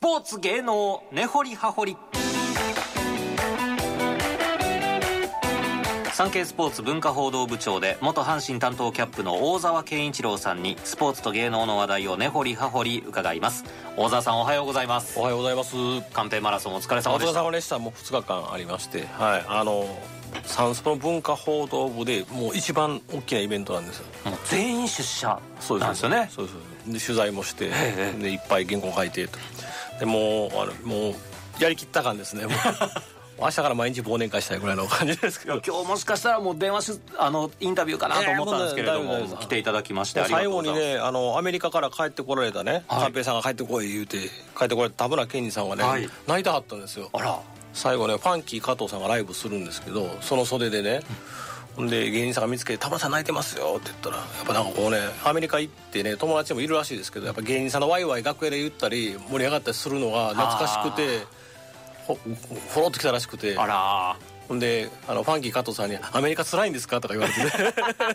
ポーツ芸能根掘り葉掘り産経スポーツ文化報道部長で元阪神担当キャップの大沢健一郎さんにスポーツと芸能の話題を根掘り葉掘り伺います大沢さんおはようございますおはようございます。カンペマラソンお疲れお様疲でれした様でした。もう2日間ありまして、はい、あの。サンスポの文化報道部でもう一番大きなイベントなんですよもう全員出社そうですなんですよねそうですそうですで取材もして、ええでいっぱい原稿書いてとでもうあのもうやりきった感です ねもう明日から毎日忘年会したいぐらいの感じですけ ど今日もしかしたらもう電話しあのインタビューかなと思ったんですけれども,、いやいやもう大丈夫です来ていただきましてありが最とうご後ざいにますねあのアメリカから帰ってこられたねはい三平さんが帰ってこい言うて帰ってこられた田村健二さんがね、はい泣いたはったんですよあら最後ねファンキー加藤さんがライブするんですけどその袖でねほんで芸人さんが見つけて「田村さん泣いてますよ」って言ったらやっぱなんかこうねアメリカ行ってね友達もいるらしいですけどやっぱ芸人さんのワイワイ楽屋で言ったり盛り上がったりするのが懐かしくてほほろっときたらしくてあらほんであのファンキー加藤さんに「アメリカ辛いんですか?」とか言われてね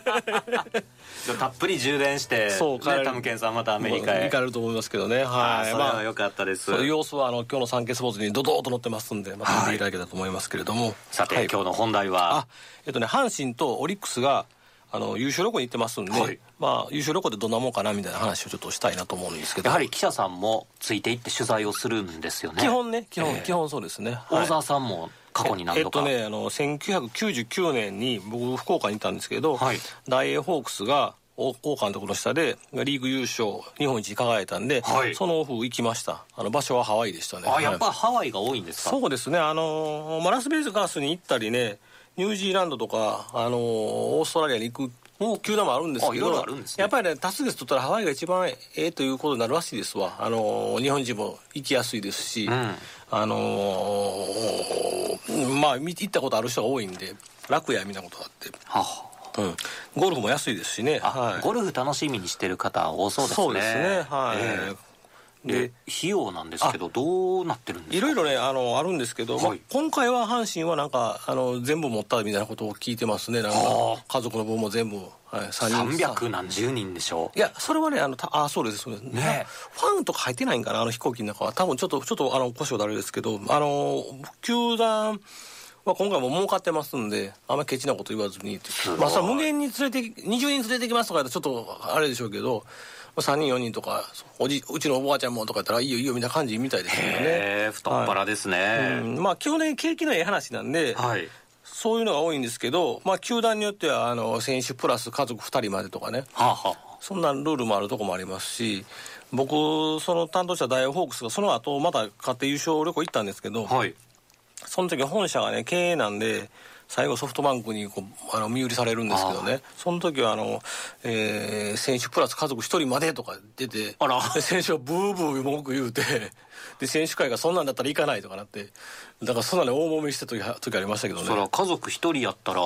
じゃあたっぷり充電して、そう帰ね、るタムケンさんまたアメリカへ行かれると思いますけどねあはあいそれは良かったです、そういう様子はあの今日の産経スポーツにドドーと載ってますんでまた見ていただけたらと思いますけれども、さて、はい今日の本題はあえっとね阪神とオリックスがあの優勝旅行に行ってますんで、はいまあ優勝旅行ってどんなもんかなみたいな話をちょっとしたいなと思うんですけどやはり記者さんもついていって取材をするんですよね基本ね基本、ええ基本そうですねはい大沢さんも過去に何度か、えっとねあの1999年に僕福岡にいたんですけど、はい大英ホークスが王王監督の下でリーグ優勝日本一に輝いたんで、はいそのオフ行きましたあの場所はハワイでしたねあやっぱはいハワイが多いんですか、そうですねあのマラスベガスに行ったりねニュージーランドとかあのオーストラリアに行く球団もあるんですあいけろいろどあるんですねやっぱりね多数決取ったらハワイが一番ええということになるらしいですわあの日本人も行きやすいですし、んあのーまあ見行ったことある人が多いんで楽やみたいなことがあははって、うん、ゴルフも安いですしね、あはい、ゴルフ楽しみにしてる方多そうですねそうですねはい、ええでで費用なんですけどどうなってるんですかいろいろねあのあるんですけど、まあはい今回は阪神はなんかあの全部持ったみたいなことを聞いてますねなんかは家族の分も全部、はい、3 300何十人でしょういやそれはねあのたあそうですそうですねファンとか入ってないんかなあの飛行機の中は多分ちょっとちょっとあの故障だれですけどあの球団は今回も儲かってますんであんまケチなこと言わずにってごいまあそれは無限に連れて20人連れてきますとかだとちょっとあれでしょうけど3人4人とかおじうちのおばあちゃんもとかやったらいいよいいよみたいな感じみたいですけどねへえ太っ腹ですね、うんまあ基本的に景気のいい話なんで、はいそういうのが多いんですけど、まあ、球団によってはあの選手プラス家族2人までとかねはあはあそんなルールもあるとこもありますし僕その担当したダイヤホークスがその後また買って優勝旅行行ったんですけど、はいその時本社がね経営なんで最後ソフトバンクにこうあの身売りされるんですけどねその時はあの、えー選手プラス家族1人までとか出てあらで選手はブーブー文句言うてで選手会がそんなんだったら行かないとかなってだからそんなの大揉めした時は時ありましたけどそらね家族一人やったら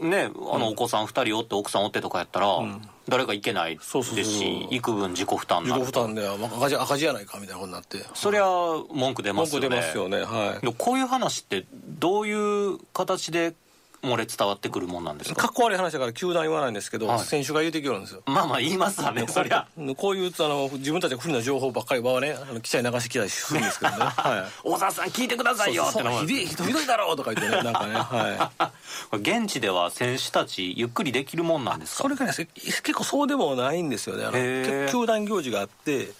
ねあのお子さん二人おって奥さんおってとかやったら、誰か行けないですしそうそうそう幾分自己負担にな自己る負担ではまあ赤字赤字やないかみたいなことになってそりゃ文句出ま文すよ句ね出ますよねはいでこういう話ってどういう形で漏れ伝わってくるもんなんですかかっこ悪い話だから球団言わないんですけど、はい選手が言うてきよるんですよまあまあ言いますわねそりゃこういうあの自分たちが不利な情報ばっかりはねあの記者に流してきたりするんですけど ね、はい、大沢さん聞いてくださいよってそうのそうもひでえひどいひどいだろうとか言って ねなんかね、はい、あこれ現地では選手たちゆっくりできるもんなんですかそれがねせ結構そうでもないんですよねあのへえけ球団行事があって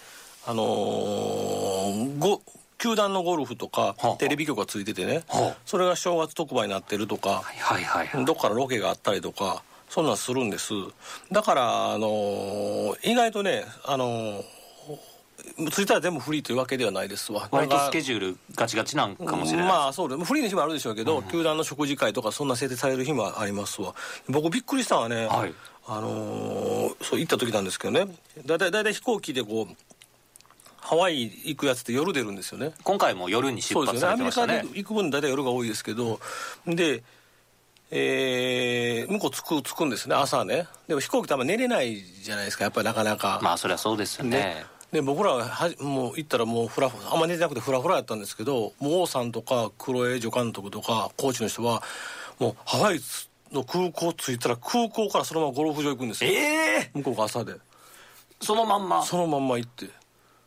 あのーご球団のゴルフとかはあテレビ局がついててね、はあそれが正月特売になってるとはか、いはいはいどっかのロケがあったりとかそんなんするんですだから、あのー意外とね、あのーついたら全部フリーというわけではないですわ割となスんかケジュールガチガチなんかもしれない、まあそうですフリーの日もあるでしょうけど、球団の食事会とかそんな制定される日もありますわ僕びっくりしたのはね、はいあのーそう行った時なんですけどねだいたいだいたい飛行機でこうハワイ行くやつって夜出るんですよね今回も夜に出そうで発すよさねれアてましたメリカねで行く分大体夜が多いですけどでえー向こう着く着くんですね朝ねでも飛行機ってあんま寝れないじゃないですかやっぱりなかなかまあそりゃそうですよねで僕らははじもう行ったらもうフラフラあんま寝てなくてフラフラやったんですけどもう王さんとか黒江助監督とかコーチの人はもうハワイの空港着いたら空港からそのままゴルフ場行くんですよええ向こうが朝でそのまんまそのまんま行って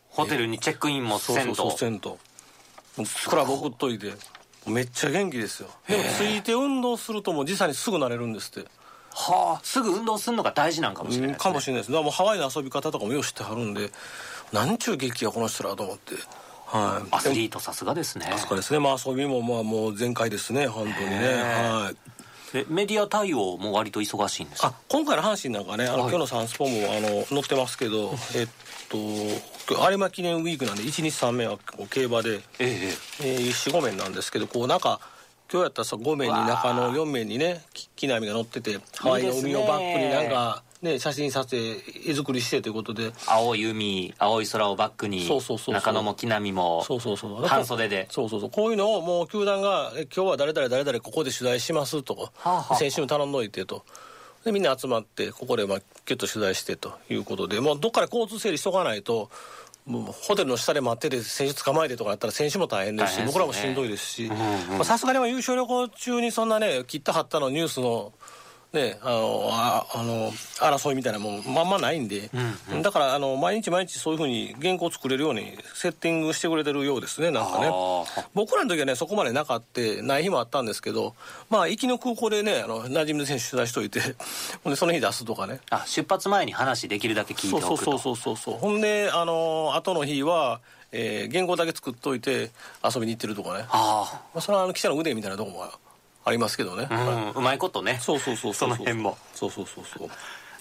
ホテルにチェックインもそうせそんうそうとせんとクラブ送っといてめっちゃ元気ですよでもついて運動するともう時差にすぐなれるんですってはあすぐ運動するのが大事なんかもしれないです、かね、もしれないですだからもうハワイの遊び方とかもよう知ってはるんでなんちゅう劇やこの人らと思ってはいアスリートさすがですねでもそうですねまあ遊びもまあもう全開ですね本当にねはいでメディア対応も割と忙しいんですあ今回の阪神なんかねあの、はい今日のサンスポもあの載ってますけどえっと今日有馬記念ウィークなんで1日3名はこう競馬でええええー、45面なんですけどこうなんか今日やったらさ5面に中野4面にねき木並が乗っててハワイの海をバックになんかね写真撮影絵作りしてということで青い海青い空をバックにそうそうそうそう中野も木並もそうそうそう半袖でそうそうそうこういうのをもう球団がえ「今日は誰々誰々ここで取材します」とか「あはあ先週も頼んどいて」と。でみんな集まってここでまあキュッと取材してということでもうどっから交通整理しとかないともうホテルの下で待ってて選手捕まえてとかやったら選手も大変ですし大変ですね僕らもしんどいですしまあさすがにまあ優勝旅行中にそんなね切った張ったのニュースの。ね、あのああの争いみたいなもんまんまないんで、だからあの毎日毎日そういうふうに原稿作れるようにセッティングしてくれてるようですねなんかねああ僕らの時はねそこまでなかってない日もあったんですけどまあ行きの空港でねあの馴染みの選手取材しといて ほんでその日出すとかねあ出発前に話できるだけ聞いてそおうくとそうそうそうそうそうほんであの後の日は、えー原稿だけ作っといて遊びに行ってるとかね、まああ、それはあの記者の腕みたいなとこもありますけどね、あうん、うまいことねそうそうそうそそうの辺もそうそうそうそう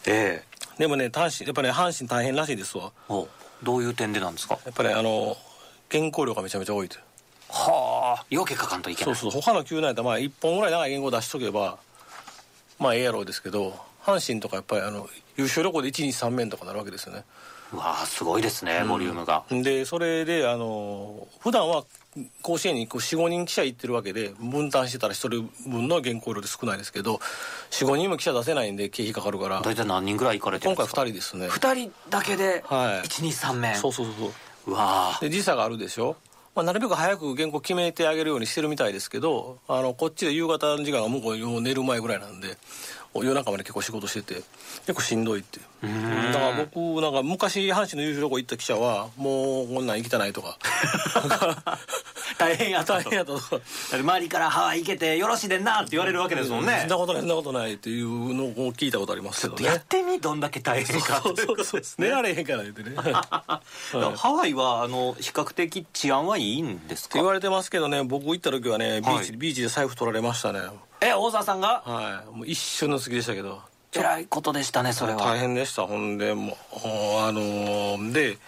ええでもね阪神やっぱね阪神大変らしいですわおどういう点でなんですかやっぱり、ね、あの原稿料がめちゃめちゃ多いとはあよけ書かんといけそないうそう他の球団やったらまあ1本ぐらい長い原稿出しとけばまあええやろうですけど阪神とかやっぱりあの優勝旅行で123面とかなるわけですよねうわあすごいですね、ボリュームがでそれであの普段は甲子園に45人記者行ってるわけで分担してたら1人分の原稿料で少ないですけど45人も記者出せないんで経費かかるから大体何人ぐらい行かれてる今んで回2すか人ですね2人だけではい123面、そうそうそうそううわあで時差があるでしょ、まあ、なるべく早く原稿決めてあげるようにしてるみたいですけどあのこっちで夕方の時間が向こうよう寝る前ぐらいなんでお夜中まで結構仕事してて結構しんどいってだから僕なんか昔阪神の優勝旅行行った記者はもうこんなん行きたないとか大変やった大と変やったとか。周りから「ハワイ行けてよろしいでんな」って言われるわけですもんそねんなことないそんなことないっていうのを聞いたことありますけどやっねてみどんだけ大変かといそううそこうとそうです寝ねられへんから言ってねってあハワイはあの比較的治安はいいんですか言われてますけどね僕行った時はねビーチ,、はいビーチで財布取られましたねえ大沢さんがはいもう一瞬の好きでしたけどえらいことでしたねそれは大変でしたほんでもうあのーで、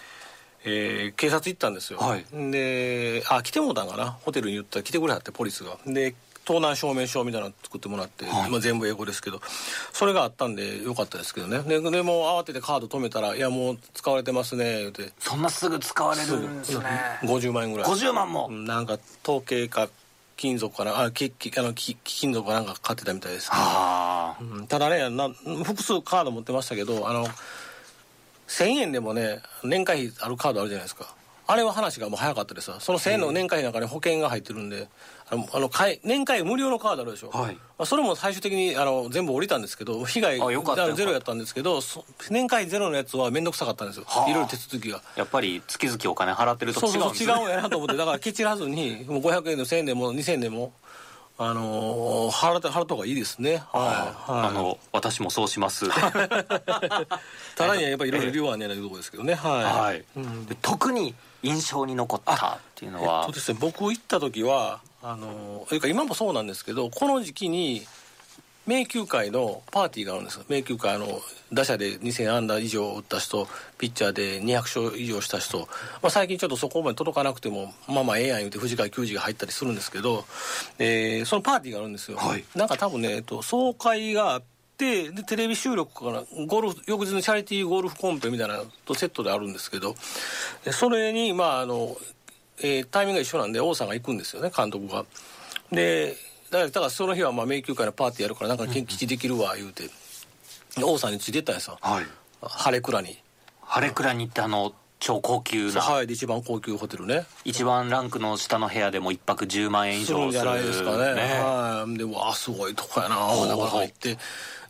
えー警察行ったんですよ、はいであ来てもうたんかなホテルに言ったら来てくれはってポリスがで盗難証明書みたいなの作ってもらって、はいまあ、全部英語ですけどそれがあったんでよかったですけどねででもう慌ててカード止めたら「いやもう使われてますね」言うてそんなすぐ使われるんですね50万円ぐらい50万もうんなんか統計か金属かなあききあのき金属かなんか買ってたみたいですああうんただねな複数カード持ってましたけどあの1000円でもね年会費あるカードあるじゃないですかあれは話がもう早かったでさその1000円の年会費の中に保険が入ってるんであのあの会年会費無料のカードあるでしょ、はいあそれも最終的にあの全部降りたんですけど被害あよかったあのよかったゼロやったんですけどそ年会費ゼロのやつは面倒くさかったんですよ、はあいろいろ手続きが。やっぱり月々お金払ってるとそう違そううんそうです違ねうんやなと思ってだからケチらずにもう500円でも1000円でも2000円でも、あのー払って払った方がいいですねはい、はい、あの私もそうします。ただにはやっぱりいろいろ量はねないところですけどねはい、はい、で特に印象に残ったっていうのえっはとですね僕行った時はあのというか今もそうなんですけどこの時期に迷宮会のパーティーがあるんです迷宮会あの打者で2000安打以上打った人ピッチャーで200勝以上した人、まあ、最近ちょっとそこまで届かなくてもまあまあええやん言うて藤川球児が入ったりするんですけど、えーそのパーティーがあるんですよ、はいなんか多分ね、えっと、総会があってでテレビ収録からゴルフ翌日のチャリティーゴルフコンペみたいなのとセットであるんですけどでそれにまああの、えータイミングが一緒なんで王さんが行くんですよね監督が。でだからだからその日はまあ迷宮会のパーティーやるからなんかき地できるわ言うてで王さんについてったんですよはい晴れ倉に晴れ倉に行ってあの超高級ハなワイで一番高級ホテルね一番ランクの下の部屋でも一泊10万円以上すするるんじゃないですかねはいでうわあすごいとこやな思いながら入って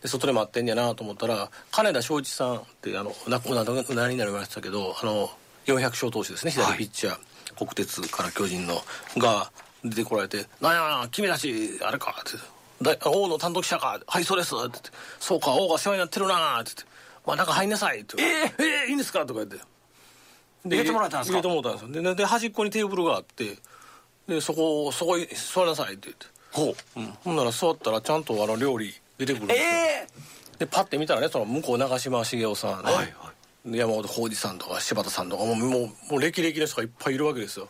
で外で待ってんやなと思ったら金田正一さんってあのなお亡くなりになりましたけどあの400勝投手ですね左ピッチャー、国鉄から巨人のが出てこられて「なんや君たちあれか」ってだ「王の単独記者か」はいそうです」って言って「そうか王が世話になってるな」って言って「まあ中入んなさい」って「ええええいいんですか?」とか言って。入れてもらったんですか入れてもらったんですよででで端っこにテーブルがあってでそこそこに座りなさいって言ってほううん、ほんなら座ったらちゃんとあの料理出てくるんですよ、えでパッて見たらねその向こう長嶋茂雄さん、ねはい山本浩二さんとか柴田さんとかもうもうもう歴々の人がいっぱいいるわけですよ、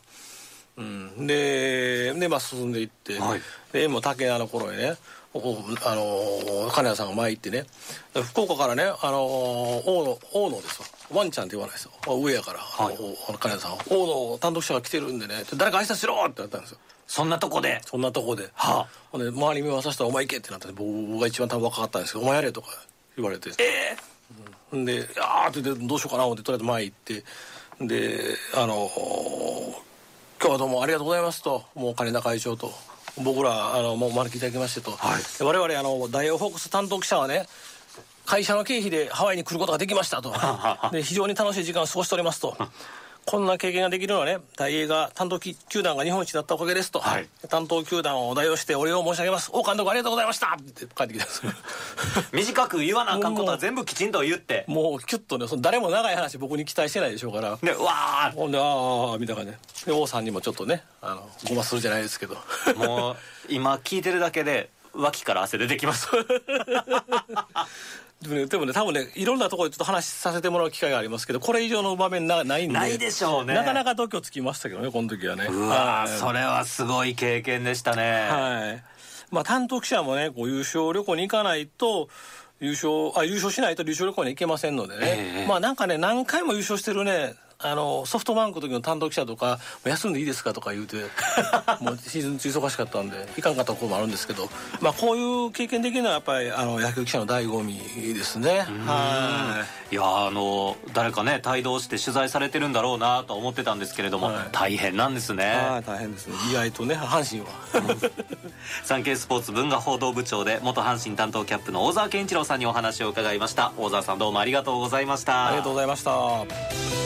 うん、でで、まあ、進んでいって、はいで縁も竹谷の頃にねおおあのー金谷さんが前行ってね福岡からね、あのー大野大野ですわワンちゃんって言わないですよあ上やから、あのはいおあの金谷さんは大野単独者が来てるんでね誰か挨拶しろってなったんですよそんなとこでそんなとこで、はあほんで周りに目をさしたら「お前行け」ってなって僕僕が一番多分若かったんですけど「お前やれ」とか言われてえほんで「ああ」って言ってどうしようかな思ってとりあえず前行ってであの「今日はどうもありがとうございます」ともう金田会長と。僕らあのもうお招きいただきましてと、はいで我々あのダイオフォックス担当記者はね会社の経費でハワイに来ることができました とで非常に楽しい時間を過ごしておりますとこんな経験ができるのはね大英が担当球団が日本一になったおかげですと、はい担当球団をお代をしてお礼を申し上げます王監督ありがとうございましたって帰ってきたんですよ 短く言わなあかんことは全部きちんと言ってもうキュッとねその誰も長い話僕に期待してないでしょうからでうわあほんであーあーみたいな感じでで王さんにもちょっとねあのごまするじゃないですけど もう今聞いてるだけで脇から汗出てきますでもねでもね多分ねいろんなところでちょっと話させてもらう機会がありますけどこれ以上の場面なないんでないでしょうねなかなか度胸つきましたけどねこの時はねう わあはいそれはすごい経験でしたね、はい。まあ、担当記者もね、こう優勝旅行に行かないと、優勝、あ、優勝しないと優勝旅行に行けませんのでね。ええまあ、なんかね、何回も優勝してるね、あの、ソフトバンクの時の担当記者とか、休んでいいですかとか言うて、 もうシーズン中忙しかったんで、行かんかったところもあるんですけど、まあ、こういう経験できるのは、やっぱり、あの、野球記者の醍醐味ですね。はいい。やーあの誰かね帯同して取材されてるんだろうなと思ってたんですけれども、はい大変なんですはねい大変ですね。意外とね、阪神は。産経スポーツ文化報道部長で元阪神担当キャップの大沢健一郎さんにお話を伺いました大沢さんどうもありがとうございましたありがとうございました。